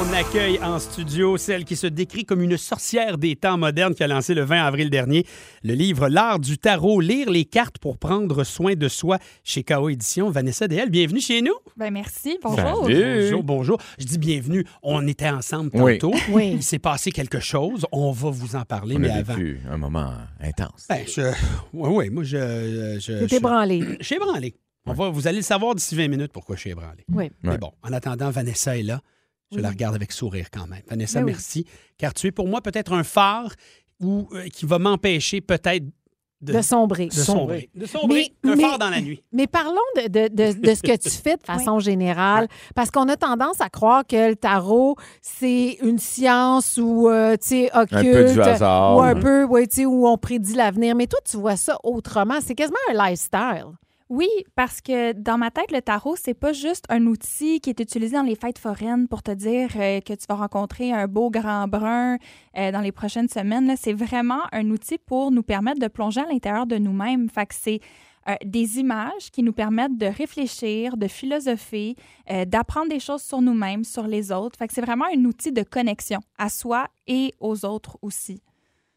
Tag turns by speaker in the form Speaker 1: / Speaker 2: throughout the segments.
Speaker 1: On accueille en studio celle qui se décrit comme une sorcière des temps modernes qui a lancé le 20 avril dernier le livre L'art du tarot, lire les cartes pour prendre soin de soi chez KO Édition. Vanessa Del, bienvenue chez nous.
Speaker 2: Ben merci, bonjour.
Speaker 1: Bonjour, bonjour. Je dis bienvenue. On était ensemble
Speaker 3: Oui.
Speaker 1: tantôt.
Speaker 2: Oui.
Speaker 1: Il s'est passé quelque chose. On va vous en parler,
Speaker 3: On
Speaker 1: mais
Speaker 3: a
Speaker 1: avant.
Speaker 3: vécu un moment intense.
Speaker 1: Ben, je... Oui, oui, moi, je. Euh, je-
Speaker 2: T'es
Speaker 1: je-
Speaker 2: branlé.
Speaker 1: je suis ébranlé. On va, vous allez le savoir d'ici 20 minutes pourquoi je suis ébranlé.
Speaker 2: Oui.
Speaker 1: Mais
Speaker 3: Ouais.
Speaker 1: bon, en attendant, Vanessa est là. Je
Speaker 2: Oui.
Speaker 1: la regarde avec sourire quand même. Vanessa,
Speaker 2: Ben oui.
Speaker 1: merci, car tu es pour moi peut-être un phare ou, euh, qui va m'empêcher peut-être de,
Speaker 2: De sombrer.
Speaker 1: de sombrer. De sombrer.
Speaker 2: Mais-
Speaker 1: un
Speaker 2: mais-
Speaker 1: phare dans la nuit.
Speaker 2: Mais parlons de, de- de- de ce que tu fais de façon générale, parce qu'on a tendance à croire que le tarot, c'est une science ou, euh, tu sais, occulte.
Speaker 3: peu du hasard.
Speaker 2: Ou un peu, ouais, tu sais, où on prédit l'avenir. Mais toi, tu vois ça autrement. C'est quasiment un lifestyle.
Speaker 4: Oui, parce que dans ma tête, le tarot, c'est pas juste un outil qui est utilisé dans les fêtes foraines pour te dire euh, que tu vas rencontrer un beau grand brun euh, dans les prochaines semaines. là. C'est vraiment un outil pour nous permettre de plonger à l'intérieur de nous-mêmes. Fait que c'est euh, des images qui nous permettent de réfléchir, de philosopher, euh, d'apprendre des choses sur nous-mêmes, sur les autres. Fait que c'est vraiment un outil de connexion à soi et aux autres aussi.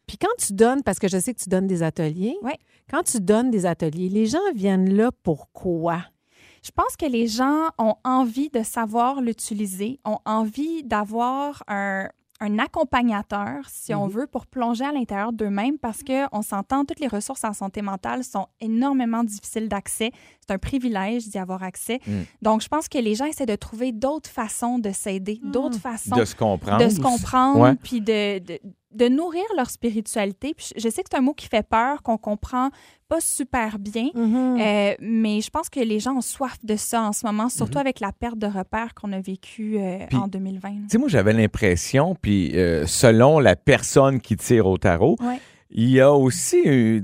Speaker 2: Puis quand tu donnes, parce que je sais que tu donnes des ateliers,
Speaker 4: Ouais.
Speaker 2: quand tu donnes des ateliers, les gens viennent là pourquoi?
Speaker 4: Je pense que les gens ont envie de savoir l'utiliser, ont envie d'avoir un, un accompagnateur, si
Speaker 3: Mhm.
Speaker 4: on veut, pour plonger à l'intérieur d'eux-mêmes parce qu'on s'entend, toutes les ressources en santé mentale sont énormément difficiles d'accès. C'est un privilège d'y avoir accès.
Speaker 3: Mm.
Speaker 4: Donc, je pense que les gens essaient de trouver d'autres façons de s'aider, d'autres façons
Speaker 3: De se comprendre.
Speaker 4: de se comprendre,
Speaker 3: Ouais.
Speaker 4: puis de, de, de nourrir leur spiritualité. Puis je- je sais que c'est un mot qui fait peur, qu'on comprend pas super bien,
Speaker 3: Mm.
Speaker 4: euh, mais je pense que les gens ont soif de ça en ce moment, surtout avec la perte de repères qu'on a vécue euh,
Speaker 3: Mhm. Puis-
Speaker 4: en 2020. là.
Speaker 3: Tu sais, moi, j'avais l'impression, puis euh, selon la personne qui tire au tarot,
Speaker 4: Ouais.
Speaker 3: il y a aussi euh,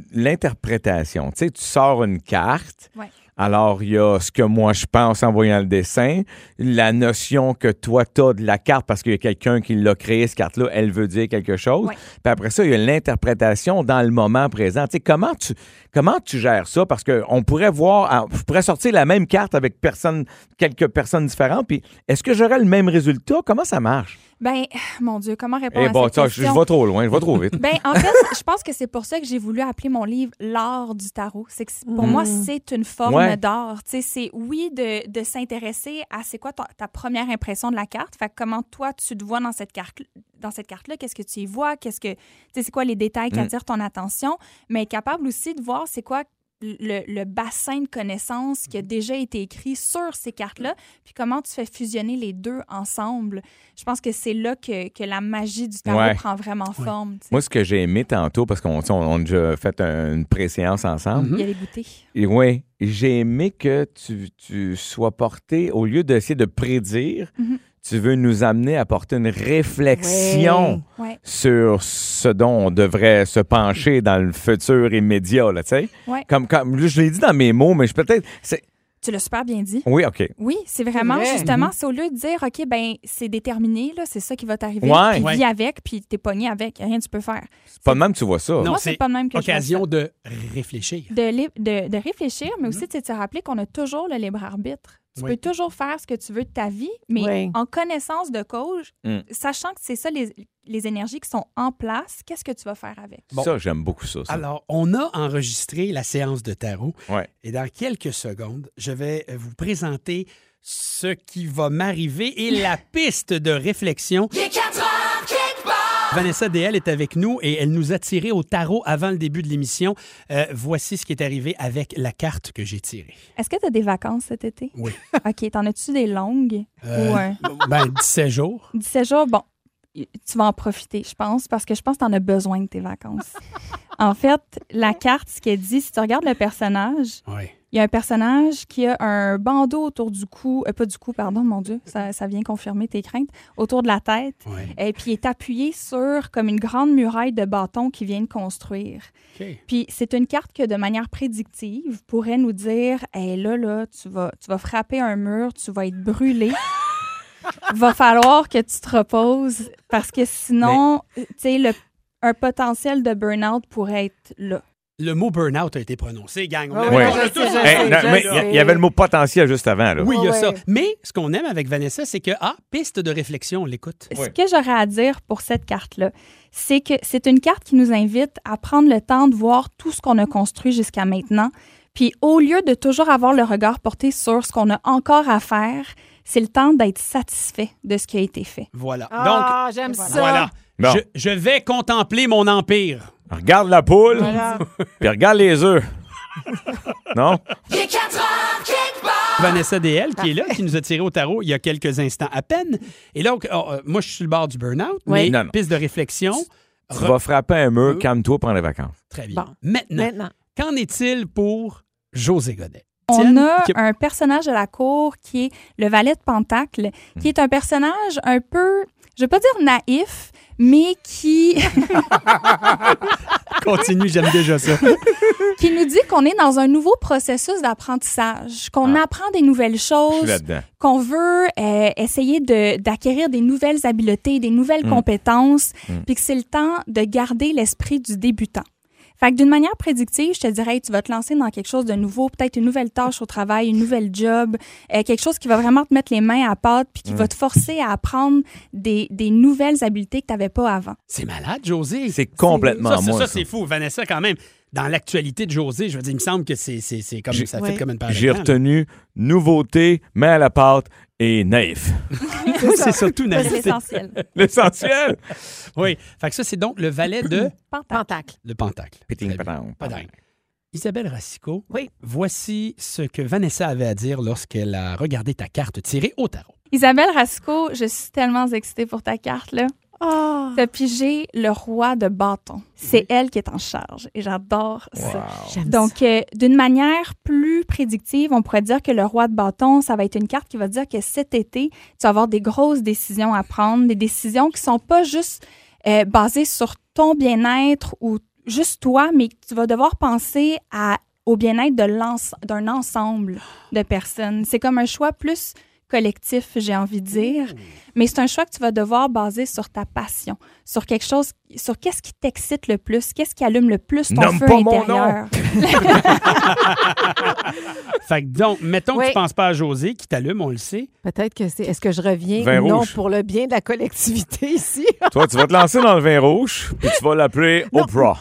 Speaker 3: l'interprétation. Tu sais, tu sors une carte.
Speaker 4: Ouais.
Speaker 3: Alors, il y a ce que moi je pense en voyant le dessin, la notion que toi t'as de la carte parce qu'il y a quelqu'un qui l'a créé, cette carte-là, elle veut dire quelque chose.
Speaker 4: Ouais.
Speaker 3: Puis après ça, il y a l'interprétation dans le moment présent. Tu sais, comment tu comment tu gères ça parce que on pourrait voir ah, je pourrais sortir la même carte avec personne quelques personnes différentes puis est-ce que j'aurais le même résultat? Comment ça marche
Speaker 4: Ben, mon Dieu, comment
Speaker 3: Eh
Speaker 4: répondre à
Speaker 3: bon,
Speaker 4: cette
Speaker 3: tiens, je,
Speaker 4: question?
Speaker 3: je vais trop loin, je vais trop vite.
Speaker 4: Ben, en fait, je pense que c'est pour ça que j'ai voulu appeler mon livre L'art du tarot. C'est que c'est- pour
Speaker 2: Mhm.
Speaker 4: moi, c'est une forme
Speaker 3: Mm. Ouais.
Speaker 4: d'art. Tu sais, c'est oui de, de s'intéresser à c'est quoi ta, ta première impression de la carte. Fait que comment toi, tu te vois dans cette carte dans cette carte-là, qu'est-ce que tu y vois, qu'est-ce que, tu sais, c'est quoi les détails qui
Speaker 3: Mm.
Speaker 4: attirent ton attention, mais être capable aussi de voir c'est quoi le, le bassin de connaissances qui a déjà été écrit sur ces cartes-là, puis comment tu fais fusionner les deux ensemble. Je pense que c'est là que, que la magie du tarot
Speaker 3: Ouais.
Speaker 4: prend vraiment forme. tu sais.
Speaker 3: Moi, ce que j'ai aimé tantôt, parce qu'on on- on a déjà fait un- une pré-séance ensemble,
Speaker 4: Il y a les goûters.
Speaker 3: et oui, j'ai aimé que tu, tu sois porté, au lieu d'essayer de prédire,
Speaker 4: Mhm.
Speaker 3: tu veux nous amener à porter une réflexion
Speaker 2: Ouais.
Speaker 4: Ouais.
Speaker 3: sur ce dont on devrait se pencher dans le futur immédiat, là, tu sais.
Speaker 4: Ouais.
Speaker 3: Comme, comme, je l'ai dit dans mes mots, mais je peut-être... c'est-
Speaker 4: Tu l'as super bien dit.
Speaker 3: Oui, OK.
Speaker 4: Oui, c'est Hmm. vraiment
Speaker 2: vrai.
Speaker 4: justement, c'est au lieu de dire OK, ben c'est déterminé là, c'est ça qui va t'arriver,
Speaker 3: Ouais.
Speaker 4: puis
Speaker 1: Ouais.
Speaker 4: vis avec, puis t'es pogné avec, rien tu peux faire.
Speaker 3: C'est pas de même que tu vois ça.
Speaker 1: Non,
Speaker 4: Moi, c'est
Speaker 1: c'est
Speaker 4: pas de même que je vois
Speaker 1: Occasion de réfléchir.
Speaker 4: De, lib- de, de réfléchir, mais aussi tu sais, de se rappeler qu'on a toujours le libre arbitre. Tu
Speaker 1: Oui.
Speaker 4: peux toujours faire ce que tu veux de ta vie, mais
Speaker 2: Oui.
Speaker 4: en connaissance de cause,
Speaker 3: Mm.
Speaker 4: sachant que c'est ça les, les énergies qui sont en place, qu'est-ce que tu vas faire avec?
Speaker 1: Bon.
Speaker 3: Ça, j'aime beaucoup ça. ça.
Speaker 1: Alors, on a enregistré la séance de tarot.
Speaker 3: Ouais.
Speaker 1: Et dans quelques secondes, je vais euh, vous présenter ce qui va m'arriver et la piste de réflexion. Vanessa DL est avec nous et elle nous a tiré au tarot avant le début de l'émission. Euh, voici ce qui est arrivé avec la carte que j'ai tirée.
Speaker 4: Est-ce que tu as des vacances cet été?
Speaker 1: Oui.
Speaker 4: OK, t'en as-tu des longues?
Speaker 1: Euh,
Speaker 4: Ou un-
Speaker 1: Ben, 17 jours.
Speaker 4: 17 jours, bon, tu vas en profiter, je pense, parce que je pense que tu en as besoin de tes vacances. En fait, la carte, ce qu'elle dit, si tu regardes le personnage,
Speaker 1: Oui.
Speaker 4: il y a un personnage qui a un bandeau autour du cou, euh, pas du cou, pardon, mon Dieu, ça, ça vient confirmer tes craintes, autour de la tête.
Speaker 1: Oui.
Speaker 4: Et puis il est appuyé sur comme une grande muraille de bâtons qu'il vient de construire.
Speaker 1: OK.
Speaker 4: Puis c'est une carte que, de manière prédictive, pourrait nous dire Hé, là, là, tu vas, tu vas frapper un mur, tu vas être brûlé. va falloir que tu te reposes parce que sinon, tu sais, le- un potentiel de burn-out pourrait être là.
Speaker 1: Le mot burn-out a été prononcé, gang. On
Speaker 2: Ouais,
Speaker 1: l'avait-
Speaker 3: Ah ouais,
Speaker 1: on l'a
Speaker 2: je
Speaker 1: tous
Speaker 2: sais, je
Speaker 3: Hey,
Speaker 2: sais,
Speaker 1: entendu,
Speaker 3: Eh, non,
Speaker 2: je
Speaker 1: là.
Speaker 3: mais il y a- il y avait le mot potentiel juste avant. Là.
Speaker 1: Oui, il y a
Speaker 2: Ah Ouais,
Speaker 1: ça.
Speaker 2: ouais.
Speaker 1: Mais ce qu'on aime avec Vanessa, c'est que, ah, piste de réflexion, on l'écoute.
Speaker 4: Ce que j'aurais à dire pour cette carte-là, c'est que c'est une carte qui nous invite à prendre le temps de voir tout ce qu'on a construit jusqu'à maintenant. Puis au lieu de toujours avoir le regard porté sur ce qu'on a encore à faire, c'est le temps d'être satisfait de ce qui a été fait.
Speaker 1: Voilà.
Speaker 2: Ah, j'aime
Speaker 1: Donc,
Speaker 2: ça.
Speaker 1: voilà.
Speaker 3: Bon.
Speaker 1: Je, je vais contempler mon empire.
Speaker 3: Regarde la poule,
Speaker 2: Voilà.
Speaker 3: puis regarde les œufs. non?
Speaker 1: Vanessa DL, qui est là, qui nous a tiré au tarot il y a quelques instants à peine. Et là, oh, euh, moi, je suis sur le bord du burn-out, mais
Speaker 3: Oui. Non, non.
Speaker 1: piste de réflexion.
Speaker 3: Tu
Speaker 1: Re- Euh.
Speaker 3: vas frapper un mur, calme-toi, prends les vacances.
Speaker 1: Très bien.
Speaker 2: Bon.
Speaker 1: Maintenant,
Speaker 2: Eh, Maintenant.
Speaker 1: qu'en est-il pour José Godet?
Speaker 4: On
Speaker 1: Tiens,
Speaker 4: a
Speaker 1: qui-
Speaker 4: un personnage de la cour qui est le valet de Pentacle, qui est un personnage un peu, je vais pas dire naïf, mais qui,
Speaker 1: Continue, j'aime déjà ça.
Speaker 4: qui nous dit qu'on est dans un nouveau processus d'apprentissage, qu'on apprend des nouvelles
Speaker 3: Je suis
Speaker 4: choses,
Speaker 3: là-dedans.
Speaker 4: qu'on veut euh, essayer de- d'acquérir des nouvelles habiletés, des nouvelles compétences, puis que c'est le temps de garder l'esprit du débutant. Fait que d'une manière prédictive, je te dirais, hey, tu vas te lancer dans quelque chose de nouveau, peut-être une nouvelle tâche au travail, une nouvelle job, euh, quelque chose qui va vraiment te mettre les mains à pâte, puis qui va te forcer à apprendre des, des nouvelles habiletés que tu n'avais pas avant.
Speaker 1: C'est malade, José.
Speaker 3: C'est complètement
Speaker 1: ça, c'est-
Speaker 3: moi.
Speaker 1: ça,
Speaker 3: ça.
Speaker 1: c'est fou. Vanessa, quand même, dans l'actualité de José, je veux dire, il me semble que c'est, c'est, c'est comme
Speaker 3: J'ai-
Speaker 1: ça
Speaker 2: Oui.
Speaker 1: fait comme une paire de
Speaker 3: J'ai
Speaker 1: temps, là.
Speaker 3: retenu nouveauté, main à la pâte et naïf.
Speaker 1: Oui, c'est surtout
Speaker 4: Ça,
Speaker 1: naïf.
Speaker 4: C'est l'essentiel.
Speaker 3: L'essentiel.
Speaker 1: Oui. Fait que ça, c'est donc le valet de
Speaker 4: Pentacle.
Speaker 2: Pentacle.
Speaker 1: le Pentacle.
Speaker 3: Péting,
Speaker 1: Très bien.
Speaker 3: patang,
Speaker 1: Pas
Speaker 3: patang.
Speaker 1: dingue. Ah Isabelle Racicot,
Speaker 2: Oui.
Speaker 1: voici ce que Vanessa avait à dire lorsqu'elle a regardé ta carte tirée au tarot.
Speaker 4: Isabelle Rasco, je suis tellement excitée pour ta carte, là.
Speaker 2: Ah.
Speaker 4: T'as pigé le roi de bâton. C'est elle qui est en charge et j'adore ça.
Speaker 2: J'aime ça.
Speaker 4: Donc, euh, d'une manière plus prédictive, on pourrait dire que le roi de bâton, ça va être une carte qui va dire que cet été, tu vas avoir des grosses décisions à prendre, des décisions qui sont pas juste euh, basées sur ton bien-être ou juste toi, mais que tu vas devoir penser à, au bien-être de l'ens- d'un ensemble de personnes. C'est comme un choix plus collectif, j'ai envie de dire, mais c'est un choix que tu vas devoir baser sur ta passion, sur quelque chose, sur qu'est-ce qui t'excite le plus, qu'est-ce qui allume le plus ton
Speaker 3: Nomme
Speaker 4: feu
Speaker 3: pas mon nom.
Speaker 4: intérieur.
Speaker 1: Fait que donc, mettons que
Speaker 2: Oui.
Speaker 1: tu penses pas à José qui t'allume, on le sait.
Speaker 2: Peut-être que c'est. Est-ce que je reviens
Speaker 3: Vin
Speaker 2: non
Speaker 3: rouge.
Speaker 2: pour le bien de la collectivité ici?
Speaker 3: Toi, tu vas te lancer dans le vin rouge, puis tu vas l'appeler
Speaker 2: Non.
Speaker 3: Oprah.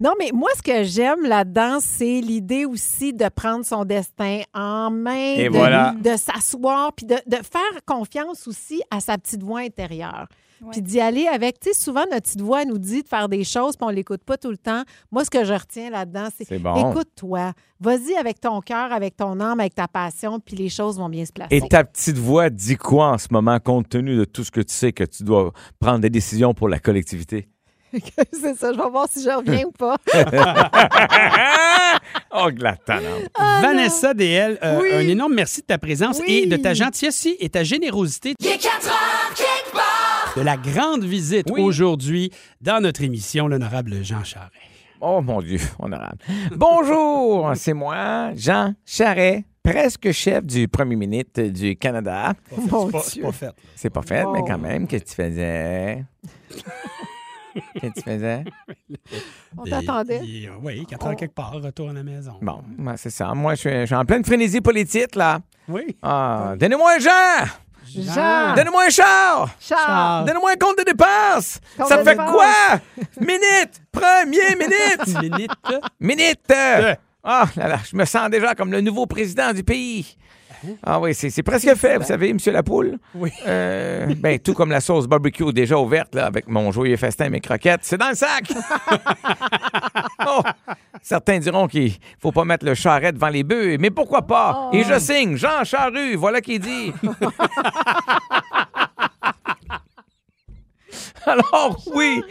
Speaker 2: Non, mais moi, ce que j'aime là-dedans, c'est l'idée aussi de prendre son destin en main,
Speaker 3: Et
Speaker 2: de,
Speaker 3: voilà.
Speaker 2: de s'asseoir, puis de, de faire confiance aussi à sa petite voix intérieure.
Speaker 4: Ouais.
Speaker 2: Puis d'y aller avec. Tu sais, souvent, notre petite voix elle nous dit de faire des choses, puis on l'écoute pas tout le temps. Moi, ce que je retiens là-dedans, c'est
Speaker 3: C'est bon.
Speaker 2: écoute-toi. Vas-y avec ton cœur, avec ton âme, avec ta passion, puis les choses vont bien se placer.
Speaker 3: Et ta petite voix dit quoi en ce moment, compte tenu de tout ce que tu sais que tu dois prendre des décisions pour la collectivité?
Speaker 2: c'est ça, je vais voir si je
Speaker 3: Hein.
Speaker 2: reviens ou pas.
Speaker 3: oh, de la talente.
Speaker 1: Vanessa DL, euh,
Speaker 2: Ah, Oui.
Speaker 1: un énorme merci de ta présence
Speaker 2: Oui.
Speaker 1: et de ta gentillesse aussi et ta générosité. De la grande visite
Speaker 3: Oui.
Speaker 1: aujourd'hui dans notre émission, l'honorable Jean Charest.
Speaker 3: Oh mon Dieu, honorable. Bonjour, c'est moi, Jean Charret, presque chef du premier ministre du Canada.
Speaker 2: Mon Dieu.
Speaker 1: fait.
Speaker 3: C'est pas fait, mais
Speaker 2: Wow.
Speaker 3: quand même, qu'est-ce que tu faisais? qu'est-ce que tu faisais?
Speaker 2: On t'attendait. Oh.
Speaker 1: Et- et- Oui, 4 heures quelque part, retour à la maison.
Speaker 3: Bon, ben, c'est ça. Moi, je suis, je suis en pleine frénésie politique, là.
Speaker 1: Oui.
Speaker 3: Ah, donnez-moi un Jean!
Speaker 2: Jean.
Speaker 3: Donnez-moi un char!
Speaker 2: Charles.
Speaker 3: Donnez-moi un compte de dépenses!
Speaker 2: Ah. Compte
Speaker 3: ça
Speaker 2: de
Speaker 3: fait
Speaker 2: dépenses.
Speaker 3: quoi? minute! Premier minute!
Speaker 1: Minute.
Speaker 3: minute! euh,
Speaker 1: De.
Speaker 3: Ah là là, je me sens déjà comme le nouveau président du pays. Ah oui, c'est c'est presque fait, vous savez, Monsieur Lapoule.
Speaker 1: Hein? Oui.
Speaker 3: Euh, ben, tout comme la sauce barbecue déjà ouverte, là, avec mon joyeux festin et mes croquettes, c'est dans le sac! Oh, certains diront qu'il faut pas mettre le charret devant les bœufs, mais pourquoi pas?
Speaker 2: Oh.
Speaker 3: Et je signe, Jean Charru, voilà qui dit. Alors oui,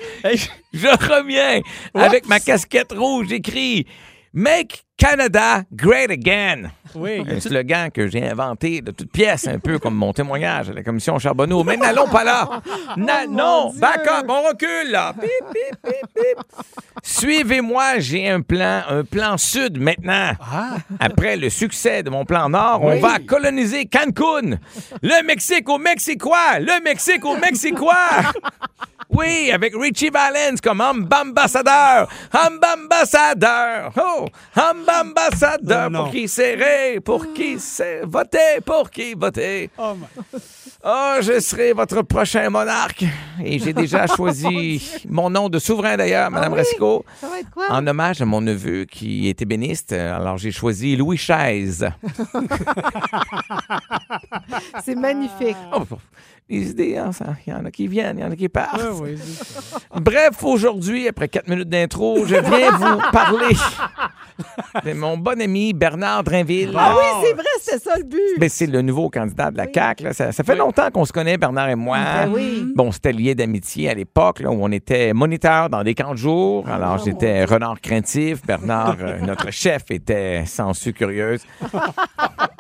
Speaker 3: je reviens avec ma casquette rouge écrit Make Canada Great Again.
Speaker 1: Oui.
Speaker 3: Un slogan que j'ai inventé de toutes pièces, un peu comme mon témoignage à la commission Charbonneau. Mais n'allons pas là. Na- non, back up, on recule là. Pip, pip, pip, pip. Suivez-moi, j'ai un plan, un plan sud maintenant.
Speaker 1: Ah.
Speaker 3: Après le succès de mon plan nord, on va coloniser Cancun. Le Mexique au Mexicois. Le Mexique au Mexicois. Oui, avec Richie Valens comme ambassadeur. Ambassadeur. Oh, ambassadeur.
Speaker 1: Oh non.
Speaker 3: pour qui serrer, pour qui c'est voter, pour qui voter.
Speaker 1: Oh,
Speaker 3: Oh, je serai votre prochain monarque. Et j'ai déjà choisi mon nom de souverain d'ailleurs,
Speaker 1: Ah
Speaker 3: Madame Rasco,
Speaker 2: Ça va être quoi?
Speaker 3: en hommage à mon neveu qui est ébéniste. euh, Alors j'ai choisi Louis XVI.
Speaker 2: C'est magnifique.
Speaker 3: Oh, les idées, hein, ça, il y en a qui viennent, il y en a qui partent.
Speaker 1: oui.
Speaker 3: Bref, aujourd'hui, après quatre minutes d'intro, je viens vous parler de mon bon ami Bernard Drinville.
Speaker 2: Ah oui, c'est vrai, c'est ça le but.
Speaker 3: Mais c'est le nouveau candidat de la CAQ. là. Ça, ça fait longtemps qu'on se connaît, Bernard et moi.
Speaker 2: Ben oui.
Speaker 3: Bon, c'était lié d'amitié à l'époque, là, où on était moniteur dans des camps de jour.
Speaker 2: Ah
Speaker 3: Alors, j'étais renard craintif. Bernard, euh, notre chef, était sensu curieuse.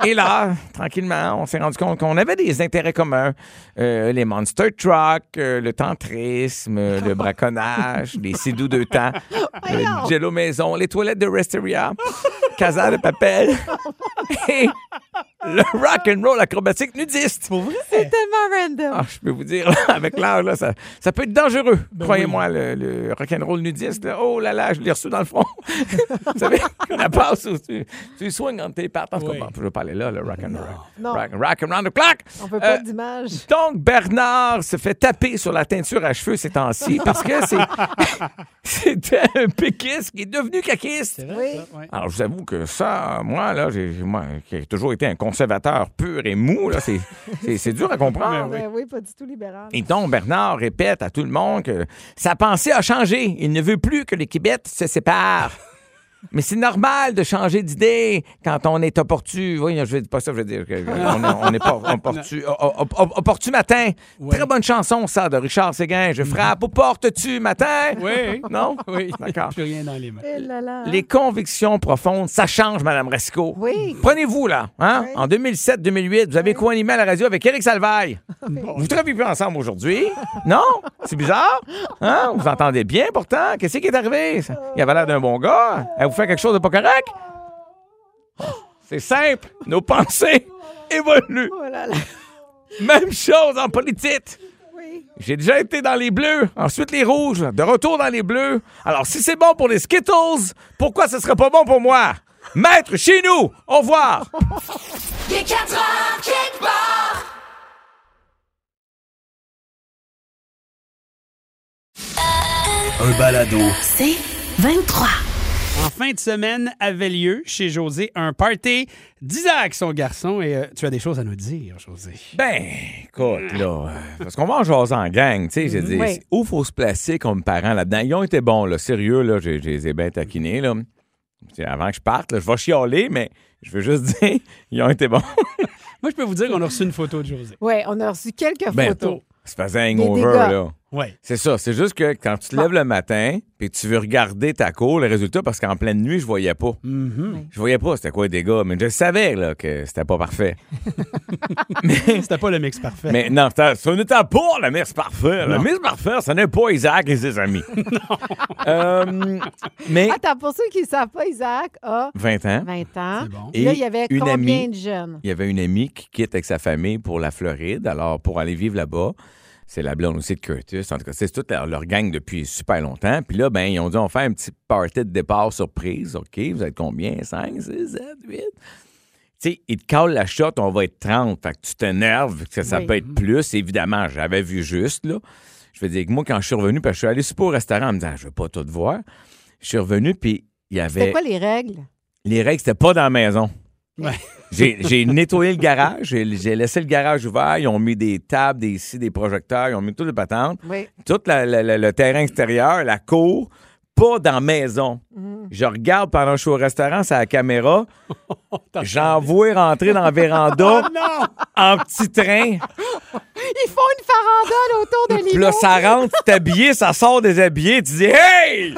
Speaker 3: Et là, tranquillement, on s'est rendu compte qu'on avait des intérêts communs. Euh, les monster trucks, euh, le tantrisme, euh, le braconnage, les sidous de temps, le jello maison, les toilettes de Resteria, Casa de Papel et le rock and roll acrobatique nudiste.
Speaker 2: C'est tellement
Speaker 3: Ah,
Speaker 2: random.
Speaker 3: je peux vous dire, là, avec l'âge, là, ça, ça peut être dangereux. Croyez-moi, le, le rock'n'roll nudiste, là, oh là là, je l'ai reçu dans le front. vous savez, la passe où tu, tu swings entre tes pattes. En tout cas,
Speaker 1: Oui.
Speaker 3: bon, je veux pas aller là, le rock'n'roll.
Speaker 2: Non.
Speaker 3: Rock, rock around the clock.
Speaker 2: On veut pas
Speaker 3: Euh,
Speaker 2: d'image.
Speaker 3: donc, Bernard se fait taper sur la teinture à cheveux ces temps-ci parce que c'est- c'était un péquiste qui est devenu caquiste.
Speaker 2: Oui.
Speaker 3: Alors, je vous avoue que ça, moi, là, j'ai, moi, qui ai toujours été un conservateur pur et mou, là, c'est, c'est, c'est dur à comprendre.
Speaker 2: Ben oui, pas du tout libéral.
Speaker 3: Et donc, Bernard répète à tout le monde que sa pensée a changé. Il ne veut plus que les Québec se séparent. Mais c'est normal de changer d'idée quand on est opportun. Oui, je ne dis pas ça, je veux dire qu'on est, on est pas opportun. o- o- o- opportun matin. Très bonne chanson, ça, de Richard Séguin. Je frappe aux portes tu matin.
Speaker 1: Oui.
Speaker 3: Non?
Speaker 1: Oui.
Speaker 3: D'accord.
Speaker 1: Plus rien dans les mains.
Speaker 2: Eh là là.
Speaker 3: Les convictions profondes, ça change, Madame Resco.
Speaker 2: Oui.
Speaker 3: Prenez-vous, là. Hein? En 2007-2008, vous avez co-animé à la radio avec Éric Salvaille. Vous travaillez plus ensemble aujourd'hui. non? C'est bizarre. Hein? Vous entendez bien, pourtant. Qu'est-ce qui est arrivé? Ça- Il avait l'air d'un bon gars. Elle vous fait quelque chose de pas correct? C'est simple. Nos pensées évoluent.
Speaker 2: Oh là là.
Speaker 3: Même chose en politique.
Speaker 2: Oui.
Speaker 3: J'ai déjà été dans les bleus, ensuite les rouges, de retour dans les bleus. Alors, si c'est bon pour les Skittles, pourquoi ce serait pas bon pour moi? Maître, chez nous! Au revoir!
Speaker 5: Un balado.
Speaker 6: C'est 23.
Speaker 1: En fin de semaine avait lieu chez José un party d'Isaac, son garçon, et euh, tu as des choses à nous dire, José.
Speaker 3: Ben, écoute, là, euh, parce qu'on mange jaser en gang, tu sais, j'ai dit,
Speaker 2: Oui.
Speaker 3: où faut se placer comme parent là-dedans? Ils ont été bons, là, sérieux, là, j'ai- je les ai bien taquinés, là. Tu sais, Avant que je parte, là, je vais chialer, mais je veux juste dire, ils ont été bons.
Speaker 1: Moi, je peux vous dire qu'on a reçu une photo de José.
Speaker 2: Oui, on a reçu quelques
Speaker 3: Ben,
Speaker 2: photos.
Speaker 3: se faisait un
Speaker 2: Des
Speaker 3: hangover,
Speaker 2: dégâts.
Speaker 3: là.
Speaker 1: Oui.
Speaker 3: C'est ça. C'est juste que quand tu te lèves le matin puis tu veux regarder ta cour, le résultat, parce qu'en pleine nuit, je voyais pas. Je voyais pas c'était quoi les dégâts, mais je savais là, que c'était pas parfait.
Speaker 1: C'était pas le mix parfait.
Speaker 3: Mais non, ça ça n'était pas la messe parfaite. La messe parfaite, ce n'est pas Isaac et ses amis. Euh, mais
Speaker 2: Attends, pour ceux qui ne savent pas, Isaac a
Speaker 3: 20 ans,
Speaker 2: 20 ans.
Speaker 1: bon.
Speaker 2: Là,
Speaker 3: Et
Speaker 2: il y avait
Speaker 3: une
Speaker 2: combien
Speaker 3: amie.
Speaker 2: de jeunes?
Speaker 3: il y avait une amie qui quitte avec sa famille pour la Floride, alors pour aller vivre là-bas. C'est la blonde aussi de Curtis. En tout cas, c'est toute leur, leur gang depuis super longtemps. Puis là, ben, ils ont dit, on fait un petit party de départ surprise. OK, vous êtes combien? 5, 6, 7, 8? Tu sais, ils te calent la shot, on va être 30. Fait que tu t'énerves, que ça
Speaker 2: Oui.
Speaker 3: peut être plus. Évidemment, j'avais vu juste, là. Je veux dire que moi, quand je suis revenu, parce que je suis allé super au restaurant en me disant, je veux pas tout voir. Je suis revenu, puis il y
Speaker 2: C'était
Speaker 3: avait...
Speaker 2: quoi les règles?
Speaker 3: Les règles, c'était pas dans la maison.
Speaker 1: Ouais.
Speaker 3: J'ai j'ai nettoyé le garage, j'ai j'ai laissé le garage ouvert, ils ont mis des tables, des scies, des projecteurs, ils ont mis toutes les patentes,
Speaker 2: Oui.
Speaker 3: tout la- la- la- le terrain extérieur, la cour, pas dans la maison.
Speaker 1: Mm.
Speaker 3: Je regarde pendant que je suis au restaurant, c'est à la caméra,
Speaker 1: Oh,
Speaker 3: j'en vois rentrer dans la véranda
Speaker 1: Non!
Speaker 3: en petit train.
Speaker 2: Ils font une farandole autour de
Speaker 3: Puis
Speaker 2: l'îlot.
Speaker 3: là, ça rentre, t'es habillé, ça sort déshabillé, tu dis Hey!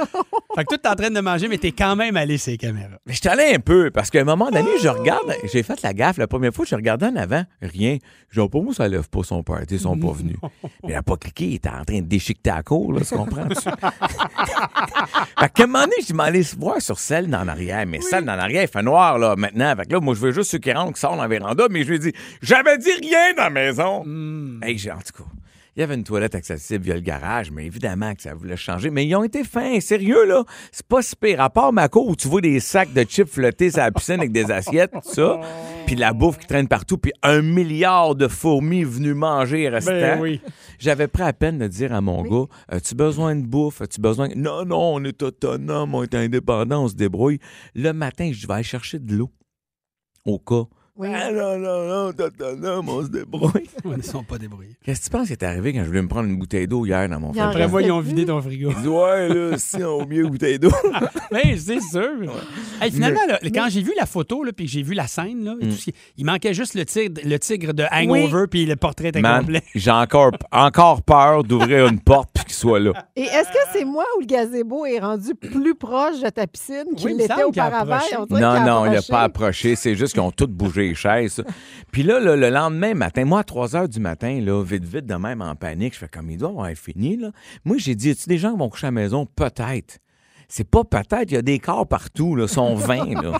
Speaker 1: Fait que toi, t'es en train de manger, mais t'es quand même allé ces caméras.
Speaker 3: Mais je suis allé un peu, parce qu'à un moment donné, je regarde, j'ai fait la gaffe la première fois, je regardais en avant, rien. Je dis, pour moi, ça lève pas son party, ils sont pas venus. Mais il a pas cliqué, il était en train de déchiqueter à cour, là, tu comprends-tu? fait qu'à un moment donné, je m'en allais voir sur celle d'en arrière, mais celle d'en arrière, il fait noir, là, maintenant. Fait que là, moi, je veux juste ceux qui rentrent, qui sortent dans la véranda, mais je lui ai dit, j'avais dit rien dans la maison.
Speaker 1: Hmm.
Speaker 3: Hey, j'ai, en tout cas. Il y avait une toilette accessible via le garage, mais évidemment que ça voulait changer. Mais ils ont été fins, sérieux, là. C'est pas si pire. À part Mako, où tu vois des sacs de chips flottés sur la piscine avec des assiettes, tout ça, puis la bouffe qui traîne partout, puis un milliard de fourmis venues manger et restant.
Speaker 1: Ben oui.
Speaker 3: J'avais pris à peine de dire à mon gars, as-tu besoin de bouffe? As-tu besoin... Non, non, on est autonome, on est indépendant, on se débrouille. Le matin, je vais aller chercher de l'eau. Au cas.
Speaker 2: Oui.
Speaker 3: Ah non, non, non, on est autonome, on se débrouille.
Speaker 1: Ils ne sont pas débrouillés.
Speaker 3: Qu'est-ce que tu penses qui est arrivé quand je voulais me prendre une bouteille d'eau hier dans mon
Speaker 2: Il y en
Speaker 1: Après
Speaker 3: frigidaire?
Speaker 1: moi,
Speaker 2: reste
Speaker 1: ils ont
Speaker 2: plus.
Speaker 1: vidé ton frigo.
Speaker 3: Il dit, ouais, là, si on a mieux une bouteille d'eau.
Speaker 1: Ben, c'est sûr. Hey, finalement, là, quand j'ai vu la photo, là, puis que j'ai vu la scène, là,
Speaker 3: Hmm.
Speaker 1: et tout ce qui- il manquait juste le tigre, le tigre de Hangover, puis le portrait était
Speaker 3: Man,
Speaker 1: complet.
Speaker 3: j'ai encore, encore peur d'ouvrir une porte puis qu'il soit là.
Speaker 2: Et est-ce que c'est moi où le gazebo est rendu plus proche de ta piscine qu'il
Speaker 1: Oui, il me
Speaker 2: l'était
Speaker 1: semble qu'il a
Speaker 2: auparavant?
Speaker 1: approché.
Speaker 2: On dirait
Speaker 3: Non,
Speaker 2: qu'il
Speaker 3: non, il n'a
Speaker 2: approché.
Speaker 3: pas approché. C'est juste qu'ils ont tous bougé les chaises. ça. Puis là, le, le lendemain matin, moi, à 3 heures du matin, là, vite, vite, de même, en panique, je fais comme il doit avoir fini. Là. Moi, j'ai dit, tu des gens qui vont coucher à la maison? Peut-être. C'est pas peut-être, il y a des corps partout, là, ils sont 20. Là.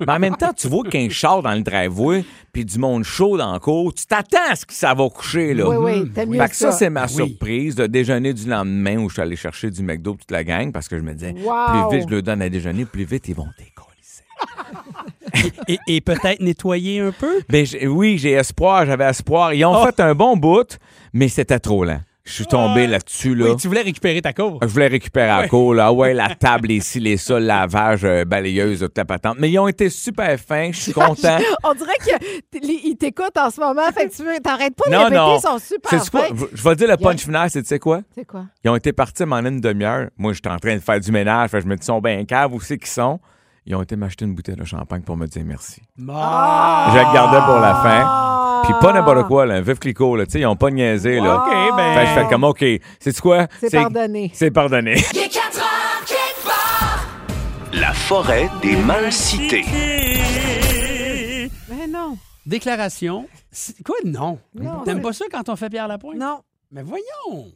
Speaker 3: Mais en même temps, tu vois qu'un char dans le driveway, puis du monde chaud dans le cours, tu t'attends à ce que ça va coucher. Là.
Speaker 2: Oui, oui,
Speaker 1: Hmm.
Speaker 2: t'aimes mieux
Speaker 3: Fait que ça,
Speaker 2: ça.
Speaker 3: c'est ma
Speaker 1: Oui.
Speaker 3: surprise de déjeuner du lendemain où je suis allé chercher du McDo pour toute la gang parce que je me disais,
Speaker 2: Wow.
Speaker 3: plus vite je le donne à déjeuner, plus vite ils vont décoller.
Speaker 1: Et, et peut-être nettoyer un peu.
Speaker 3: Ben, j'ai- oui, j'ai espoir, j'avais espoir. Ils
Speaker 2: Ah.
Speaker 3: ont
Speaker 1: Oh.
Speaker 3: fait un bon bout, mais c'était trop lent. Je suis tombé
Speaker 2: Ah.
Speaker 3: là-dessus, là.
Speaker 1: Oui, tu voulais récupérer ta cour.
Speaker 3: Je voulais récupérer à court, là. Ah Ouais, la table, les cils, les sols, lavage, euh, balayeuse, toute la patente. Mais ils ont été super fins, je suis content.
Speaker 2: On dirait qu'il t'écoute en ce moment. Fait que tu veux- t'arrêtes pas de
Speaker 3: Non,
Speaker 2: répéter,
Speaker 3: non.
Speaker 2: ils sont super
Speaker 3: Sais-tu quoi?
Speaker 2: fins.
Speaker 3: Je je vais dire le punch
Speaker 2: Yeah.
Speaker 3: final, c'est tu sais quoi?
Speaker 2: C'est quoi?
Speaker 3: Ils ont été partis m'en une demi-heure. Moi, j'étais en train de faire du ménage. Fait que je me dis, ils sont bien caves, où c'est qu'ils sont? Ils ont été m'acheter une bouteille de champagne pour me dire merci. Ah! Je la gardais pour la fin. Puis pas n'importe quoi, là. Un vif clico, là. Tu sais, ils ont pas niaisé, là.
Speaker 1: OK,
Speaker 3: Fait que je
Speaker 1: ben.
Speaker 3: fais comme, OK, c'est quoi?
Speaker 2: Ah, C'est pardonné.
Speaker 3: C'est pardonné.
Speaker 5: La forêt des mal cités.
Speaker 2: Mais non.
Speaker 1: Déclaration. C'est- Quoi? Non.
Speaker 2: Non,
Speaker 1: T'aimes
Speaker 2: c'est-
Speaker 1: pas ça quand on fait Pierre Lapointe?
Speaker 2: Non,
Speaker 1: Mais voyons!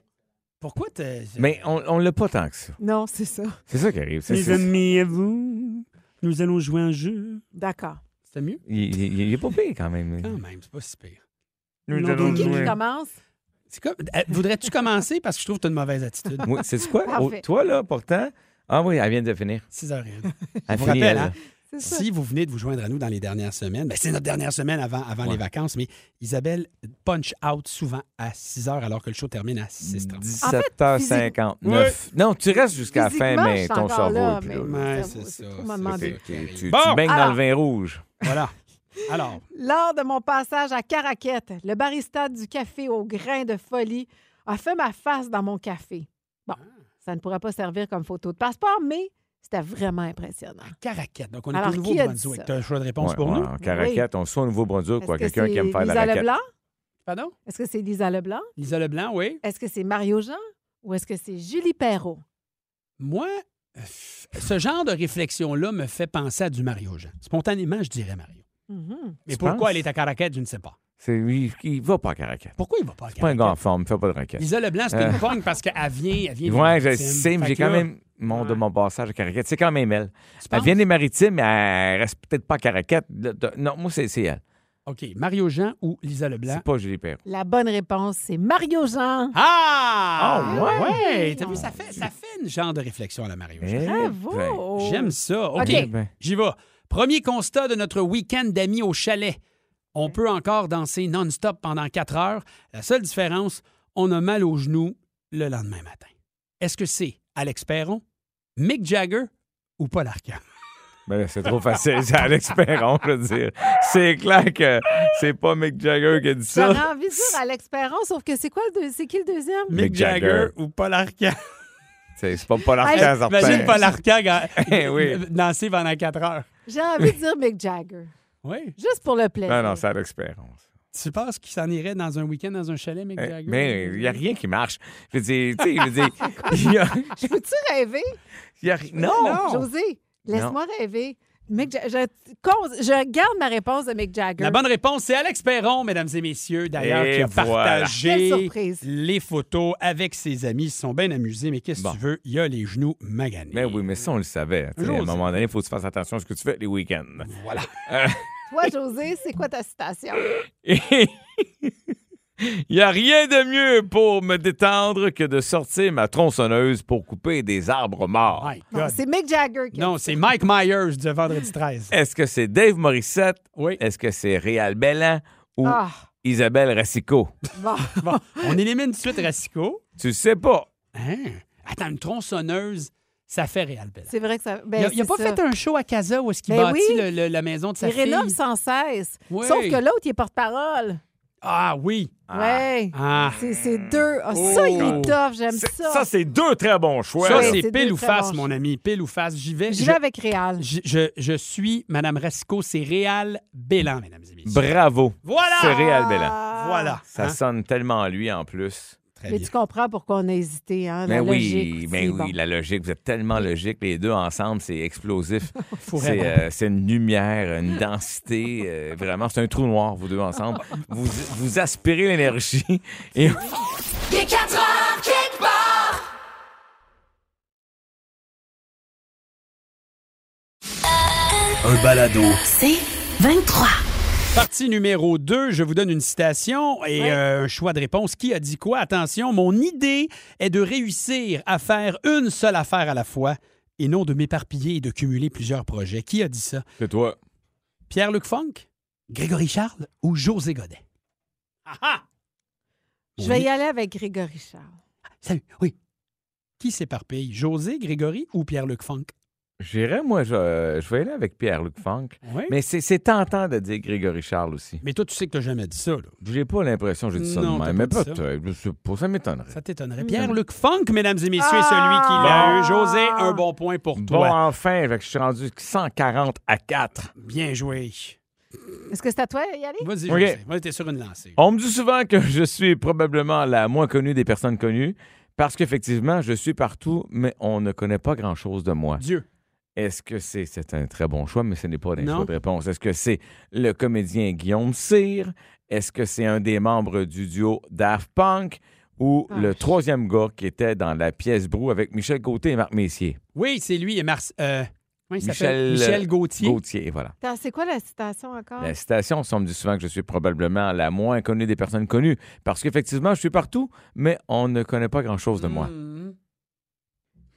Speaker 1: Pourquoi t'es. euh,
Speaker 3: Mais on, on l'a pas tant que ça.
Speaker 2: non, c'est ça.
Speaker 3: C'est ça qui arrive. C'est-
Speaker 1: Mes
Speaker 3: c'est-
Speaker 1: amis et vous, nous allons jouer un jeu.
Speaker 2: D'accord.
Speaker 1: C'était mieux?
Speaker 3: Il, il- il est pas pire quand même.
Speaker 1: Quand même, c'est pas si pire.
Speaker 3: Nous
Speaker 1: allons
Speaker 2: Qui, qui
Speaker 1: jouer.
Speaker 2: commence?
Speaker 1: C'est comme- Euh, Voudrais-tu commencer? Parce que je trouve que tu as une mauvaise attitude.
Speaker 3: Oui, c'est quoi?
Speaker 2: Parfait.
Speaker 3: Oh, toi, là, pourtant. Ah oui, elle vient de finir.
Speaker 1: 6 h
Speaker 3: Elle
Speaker 1: vous
Speaker 3: finit,
Speaker 1: rappelle,
Speaker 3: elle,
Speaker 1: hein?
Speaker 2: C'est ça.
Speaker 1: Si vous venez de vous joindre à nous dans les dernières semaines, ben, c'est notre dernière semaine avant, avant les vacances, mais Isabelle punch out souvent à 6 h alors que le show termine à 6h30.
Speaker 2: Ah.
Speaker 3: 17h59. Non, tu restes jusqu'à la fin,
Speaker 2: Physiquement, je
Speaker 3: mais
Speaker 2: suis
Speaker 3: ton
Speaker 2: encore
Speaker 3: cerveau
Speaker 2: là,
Speaker 3: est plus
Speaker 2: mais-
Speaker 3: là.
Speaker 1: Ouais,
Speaker 2: C'est-
Speaker 1: c'est
Speaker 2: c'est
Speaker 1: ça.
Speaker 2: trop m'en
Speaker 1: c'est
Speaker 2: demander.
Speaker 1: ça qui
Speaker 3: Tu,
Speaker 1: arrive.
Speaker 3: tu
Speaker 1: Bon,
Speaker 3: baignes dans
Speaker 2: alors.
Speaker 3: le vin rouge.
Speaker 1: voilà. Alors,
Speaker 2: Lors de mon passage à Caraquette, le barista du café au grain de folie a fait ma face dans mon café. Bon, ça ne pourrait pas servir comme photo de passeport, mais c'était vraiment impressionnant.
Speaker 1: caraquette. Donc, on est
Speaker 2: Alors,
Speaker 1: au
Speaker 2: qui a dit
Speaker 1: Nouveau-Brunswick.
Speaker 2: ça?
Speaker 1: Tu as un choix de réponse
Speaker 3: Ouais,
Speaker 1: pour
Speaker 3: ouais,
Speaker 1: nous?
Speaker 3: En caraquette, on soit au Nouveau-Brunswick,
Speaker 2: Est-ce
Speaker 3: quoi.
Speaker 2: que
Speaker 3: Quelqu'un
Speaker 2: c'est
Speaker 3: qui aime faire de la
Speaker 2: Lisa
Speaker 3: raquette.
Speaker 2: Leblanc?
Speaker 1: Pardon?
Speaker 2: Est-ce que c'est Lisa Leblanc?
Speaker 1: Lisa Leblanc, oui.
Speaker 2: Est-ce que c'est Mario Jean? Ou est-ce que c'est Julie Perrault?
Speaker 1: Moi, euh, ce genre de réflexion-là me fait penser à du Mario Jean. Spontanément, je dirais Mario.
Speaker 2: Mhm.
Speaker 1: Mais
Speaker 3: Tu
Speaker 1: pourquoi
Speaker 3: penses?
Speaker 1: elle est à Caraquette, je ne sais pas.
Speaker 3: C'est lui qui va pas à caraquette.
Speaker 1: Pourquoi il va pas à
Speaker 3: C'est pas un
Speaker 1: Caraquette?
Speaker 3: gars en forme, il fait pas de raquette.
Speaker 1: Lisa Leblanc, c'est
Speaker 3: Euh.
Speaker 1: une pogne parce qu'elle vient, elle vient.
Speaker 3: Ouais,
Speaker 1: des
Speaker 3: je
Speaker 1: Maritimes.
Speaker 3: sais, mais
Speaker 1: Fait
Speaker 3: j'ai
Speaker 1: que
Speaker 3: quand
Speaker 1: là,
Speaker 3: même mon, de
Speaker 1: Ouais.
Speaker 3: mon passage à caraquette. C'est quand même elle.
Speaker 1: tu
Speaker 3: Elle
Speaker 1: penses?
Speaker 3: vient des maritimes, mais elle reste peut-être pas à caraquette. De- de- Non, moi, c'est c'est elle.
Speaker 1: OK, Mario Jean ou Lisa Leblanc?
Speaker 3: C'est pas Julie Perrault.
Speaker 2: La bonne réponse, c'est Mario Jean.
Speaker 1: Ah!
Speaker 3: Ah ouais?
Speaker 1: T'as vu, ça fait, ça fait une genre de réflexion à la Mario Jean.
Speaker 3: Eh ben.
Speaker 2: Bravo!
Speaker 1: J'aime ça. OK,
Speaker 2: OK.
Speaker 3: Ben,
Speaker 1: j'y vais. Premier constat de notre week-end d'amis au chalet. On peut encore danser non-stop pendant quatre heures. La seule différence, on a mal aux genoux le lendemain matin. Est-ce que c'est Alex Perron, Mick Jagger ou Paul Arcand?
Speaker 3: ben là, c'est trop facile. C'est Alex Perron, je veux dire. C'est clair que c'est pas Mick Jagger qui a dit
Speaker 2: J'aurais
Speaker 3: ça.
Speaker 2: envie de dire Alex Perron, sauf que c'est quoi le deux- c'est qui le deuxième?
Speaker 3: Mick Jagger.
Speaker 1: ou Paul Arcand?
Speaker 3: C'est c'est pas Paul Arcand,
Speaker 2: Hey,
Speaker 3: certain.
Speaker 1: Imagine Paul Arcand ga-
Speaker 3: Eh oui.
Speaker 1: danser pendant quatre heures.
Speaker 2: J'ai envie de dire Mick Jagger.
Speaker 1: Oui.
Speaker 2: Juste pour le plaisir.
Speaker 1: Ben
Speaker 3: Non, non, c'est Alex Perron. ça.
Speaker 1: Tu penses qu'il s'en irait dans un week-end dans un chalet, Mick
Speaker 3: Euh,
Speaker 1: Jagger?
Speaker 3: Mais il n'y a rien qui marche. Je veux dire, tu sais, je veux dire, il y a-
Speaker 2: Je peux-tu rêver?
Speaker 3: il y a ri- non.
Speaker 2: José, laisse-moi rêver. Mick Ja- je, cause- je garde ma réponse de Mick Jagger.
Speaker 1: La bonne réponse, c'est Alex Perron, mesdames et messieurs, d'ailleurs,
Speaker 3: Et
Speaker 1: qui a
Speaker 3: voilà.
Speaker 2: Quelle
Speaker 1: partagé
Speaker 2: surprise.
Speaker 1: les photos avec ses amis. Ils se sont bien amusés, mais qu'est-ce que
Speaker 3: Bon.
Speaker 1: tu veux? Il a les genoux maganés.
Speaker 3: Mais Ben oui, mais ça, on le savait. Tu sais, À un
Speaker 1: José.
Speaker 3: moment donné, il faut que tu fasses attention à ce que tu fais les week-ends.
Speaker 1: Voilà.
Speaker 2: Toi, José, c'est quoi ta citation?
Speaker 3: Il n'y a rien de mieux pour me détendre que de sortir ma tronçonneuse pour couper des arbres morts.
Speaker 1: Oh My
Speaker 2: Non,
Speaker 1: God.
Speaker 2: c'est Mick Jagger qui a
Speaker 1: Non, c'est Mike Myers de Vendredi 13.
Speaker 3: Est-ce que c'est Dave Morissette?
Speaker 1: Oui.
Speaker 3: Est-ce que c'est Réal Bellan ou
Speaker 2: Ah,
Speaker 3: Isabelle Racicot?
Speaker 2: bon.
Speaker 1: Bon, on élimine tout de suite Racicot.
Speaker 3: Tu le sais pas.
Speaker 1: Hein? Attends, une tronçonneuse, ça fait Réal Bella.
Speaker 2: C'est vrai que ça.
Speaker 1: il
Speaker 2: Ben,
Speaker 1: a, il a
Speaker 2: c'est
Speaker 1: pas
Speaker 2: ça.
Speaker 1: fait un show à Casa où est-ce qu'il
Speaker 2: Ben
Speaker 1: bâtit
Speaker 2: oui.
Speaker 1: le- le- la maison de sa
Speaker 2: Il
Speaker 1: fille?
Speaker 2: rénove sans cesse.
Speaker 1: Oui.
Speaker 2: Sauf que l'autre, il est porte-parole.
Speaker 1: Ah oui.
Speaker 2: Ouais.
Speaker 1: Ah.
Speaker 2: C'est, c'est deux. Ah,
Speaker 1: Oh.
Speaker 2: Ça, il est tough. J'aime
Speaker 3: C'est-
Speaker 2: ça.
Speaker 3: Ça, c'est deux très bons choix.
Speaker 1: Ça,
Speaker 2: Oui,
Speaker 1: c'est
Speaker 2: c'est
Speaker 1: pile
Speaker 2: deux
Speaker 1: ou
Speaker 2: très
Speaker 1: face,
Speaker 2: bons
Speaker 1: mon
Speaker 2: choix.
Speaker 1: ami. Pile ou face. J'y vais.
Speaker 2: J'y
Speaker 1: Je-
Speaker 2: vais avec Réal.
Speaker 1: Je, je- je suis Madame Racicot, c'est Réal Bélan, mesdames et messieurs.
Speaker 3: Bravo.
Speaker 1: Voilà!
Speaker 3: C'est Réal Bellan.
Speaker 2: Ah.
Speaker 1: Voilà.
Speaker 3: Ça
Speaker 1: Hein?
Speaker 3: sonne tellement lui en plus.
Speaker 1: Très
Speaker 2: Mais
Speaker 1: bien.
Speaker 2: tu comprends pourquoi on a hésité.
Speaker 1: Ah,
Speaker 2: Hein, la
Speaker 3: Mais
Speaker 2: logique
Speaker 3: Ben oui,
Speaker 2: aussi,
Speaker 3: mais
Speaker 2: bon.
Speaker 3: oui, la logique, vous êtes tellement logique, les deux ensemble, c'est explosif.
Speaker 1: Faut
Speaker 3: c'est
Speaker 1: répondre.
Speaker 3: euh, c'est une lumière, une densité, euh, vraiment, c'est un trou noir, vous deux ensemble. Vous, vous aspirez l'énergie et
Speaker 5: Un balado.
Speaker 6: C'est 23.
Speaker 1: Partie numéro 2, je vous donne une citation et euh, un choix de réponse. Qui a dit quoi? Attention, mon idée est de réussir à faire une seule affaire à la fois et non de m'éparpiller et de cumuler plusieurs projets. Qui a dit ça?
Speaker 3: C'est toi.
Speaker 1: Pierre-Luc Funk, Grégory Charles ou José Godet? Ah ah!
Speaker 2: Je vais y aller avec Grégory Charles.
Speaker 1: Salut, oui. Qui s'éparpille? José, Grégory ou Pierre-Luc Funk?
Speaker 3: J'irais, moi, je, euh, je vais aller avec Pierre-Luc Funk.
Speaker 1: Oui. Mais,
Speaker 3: Mais c'est c'est tentant de dire Grégory Charles aussi.
Speaker 1: toi, tu sais que tu jamais dit ça, là.
Speaker 3: J'ai pas l'impression que j'ai dit ça
Speaker 1: Non,
Speaker 3: de
Speaker 1: t'as
Speaker 3: même,
Speaker 1: pas
Speaker 3: mais
Speaker 1: dit ça.
Speaker 3: peut-être. je sais pas, ça m'étonnerait.
Speaker 1: Ça t'étonnerait. Pierre-Luc Funk, mesdames et messieurs,
Speaker 2: Ah!
Speaker 1: est celui qui l'a eu. José, un bon point pour
Speaker 3: Bon,
Speaker 1: toi.
Speaker 3: enfin, fait que je suis rendu 140 à 4.
Speaker 1: Bien joué.
Speaker 2: Est-ce que c'est à toi d'y aller?
Speaker 1: Vas-y,
Speaker 3: OK.
Speaker 1: José. Vas-y, t'es sur une lancée.
Speaker 3: On me dit souvent que je suis probablement la moins connue des personnes connues parce qu'effectivement, je suis partout, mais on ne connaît pas grand-chose de moi.
Speaker 1: Dieu.
Speaker 3: Est-ce que c'est c'est un très bon choix, mais ce n'est pas un
Speaker 1: Non.
Speaker 3: choix de réponse. Est-ce que c'est le comédien Guillaume Cyr? Est-ce que c'est un des membres du duo Daft Punk ou
Speaker 2: Ah.
Speaker 3: le troisième gars qui était dans la pièce Brou avec Michel Côté et Marc Messier?
Speaker 1: Oui, c'est lui et Mars. euh, comment il s'appelle?
Speaker 3: Michel-
Speaker 1: Michel Gauthier.
Speaker 3: Gauthier, voilà.
Speaker 2: Attends, c'est quoi la citation
Speaker 1: Ah.
Speaker 2: encore? Ah,
Speaker 3: La citation, ça, on me dit souvent que je suis probablement la moins connue des personnes connues parce qu'effectivement, je suis partout, mais on ne connaît pas grand-chose de moi.
Speaker 1: Mhm.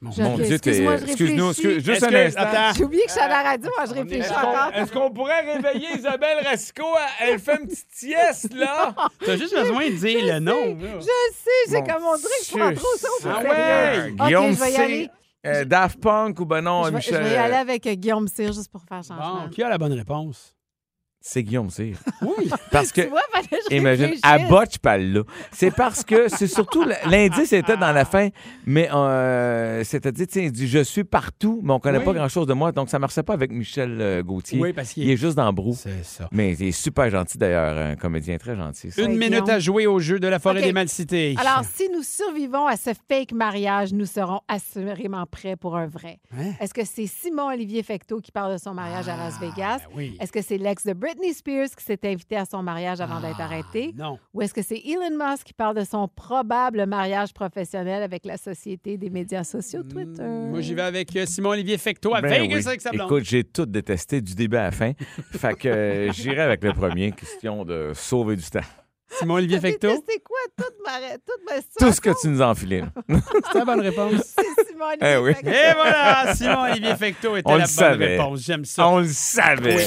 Speaker 2: Je-
Speaker 3: Mon Dieu, t'es-
Speaker 2: excuse-moi, je
Speaker 3: excuse-nous,
Speaker 2: réfléchis.
Speaker 3: excuse- juste
Speaker 1: Est-ce
Speaker 3: un
Speaker 1: que-
Speaker 3: instant.
Speaker 1: attends.
Speaker 2: J'ai oublié que je suis
Speaker 3: Euh,
Speaker 2: à la radio, moi, je
Speaker 1: on est-
Speaker 2: réfléchis
Speaker 3: Est-ce
Speaker 2: encore.
Speaker 3: qu'on- Est-ce qu'on pourrait réveiller Isabelle Rasco? Elle fait une petite sieste, là?
Speaker 1: T'as juste besoin de dire le nom. là. Ah
Speaker 2: Je sais, j'ai
Speaker 3: Mon
Speaker 2: comme on dirait que je prends
Speaker 3: Dieu
Speaker 2: trop ça au
Speaker 3: Seigneur.
Speaker 2: sérieux.
Speaker 3: Ouais,
Speaker 2: Ok,
Speaker 3: Guillaume
Speaker 2: je vais y
Speaker 3: Cyr,
Speaker 2: aller.
Speaker 3: euh, Daft Punk ou ben non,
Speaker 2: Je vais, je
Speaker 3: Michel...
Speaker 2: vais y aller avec euh, Guillaume Cyr juste pour faire changement.
Speaker 1: Bon, qui a la bonne réponse?
Speaker 3: C'est Guillaume Cyr.
Speaker 1: Oui.
Speaker 3: Parce que,
Speaker 2: Tu vois, fallait que je
Speaker 3: imagine,
Speaker 2: réfléchisse.
Speaker 3: à botch pal là. C'est parce que, c'est surtout, l- l'indice était dans la fin, mais euh, c'est-à-dire, tu sais, il dit « Je suis partout, mais on connaît
Speaker 1: Oui.
Speaker 3: pas grand-chose de moi. » Donc, ça marchait pas avec Michel euh, Gauthier.
Speaker 1: Oui, parce qu'il
Speaker 3: Il est juste dans Brou.
Speaker 1: C'est ça.
Speaker 3: Mais il est super gentil, d'ailleurs. Un comédien très gentil. ça.
Speaker 1: Une
Speaker 2: Ouais,
Speaker 1: minute
Speaker 2: Guillaume.
Speaker 1: à jouer au jeu de la forêt
Speaker 2: OK.
Speaker 1: des Malcités.
Speaker 2: Alors, si nous survivons à ce fake mariage, nous serons assurément prêts pour un vrai.
Speaker 1: Hein?
Speaker 2: Est-ce que c'est Simon-Olivier Fecteau qui parle de son mariage à Las
Speaker 1: Ah,
Speaker 2: Vegas?
Speaker 1: ben oui.
Speaker 2: Est-ce que c'est l'ex de Britney Spears qui s'est invité à son mariage avant d'être
Speaker 1: Ah,
Speaker 2: arrêté?
Speaker 1: Non.
Speaker 2: Ou est-ce que c'est Elon Musk qui parle de son probable mariage professionnel avec la société des médias sociaux Twitter?
Speaker 1: Mm, Moi, j'y vais avec euh, Simon-Olivier Fecto à
Speaker 3: Ben
Speaker 1: Vegas
Speaker 3: oui.
Speaker 1: avec sa blonde.
Speaker 3: Écoute, j'ai tout détesté du début à la fin. fait que euh, j'irai avec le premier, question de sauver du temps.
Speaker 1: Simon-Olivier Fecto,
Speaker 2: C'est quoi toute ma, toute ma
Speaker 3: Tout ce que tu nous as enfilé. là.
Speaker 1: c'est la bonne réponse.
Speaker 2: C'est Simon-Olivier
Speaker 3: Eh oui.
Speaker 2: Fecteau.
Speaker 1: Et voilà, Simon-Olivier Fecto était
Speaker 3: On le
Speaker 1: la bonne
Speaker 3: savait.
Speaker 1: réponse. J'aime ça.
Speaker 3: On le savait.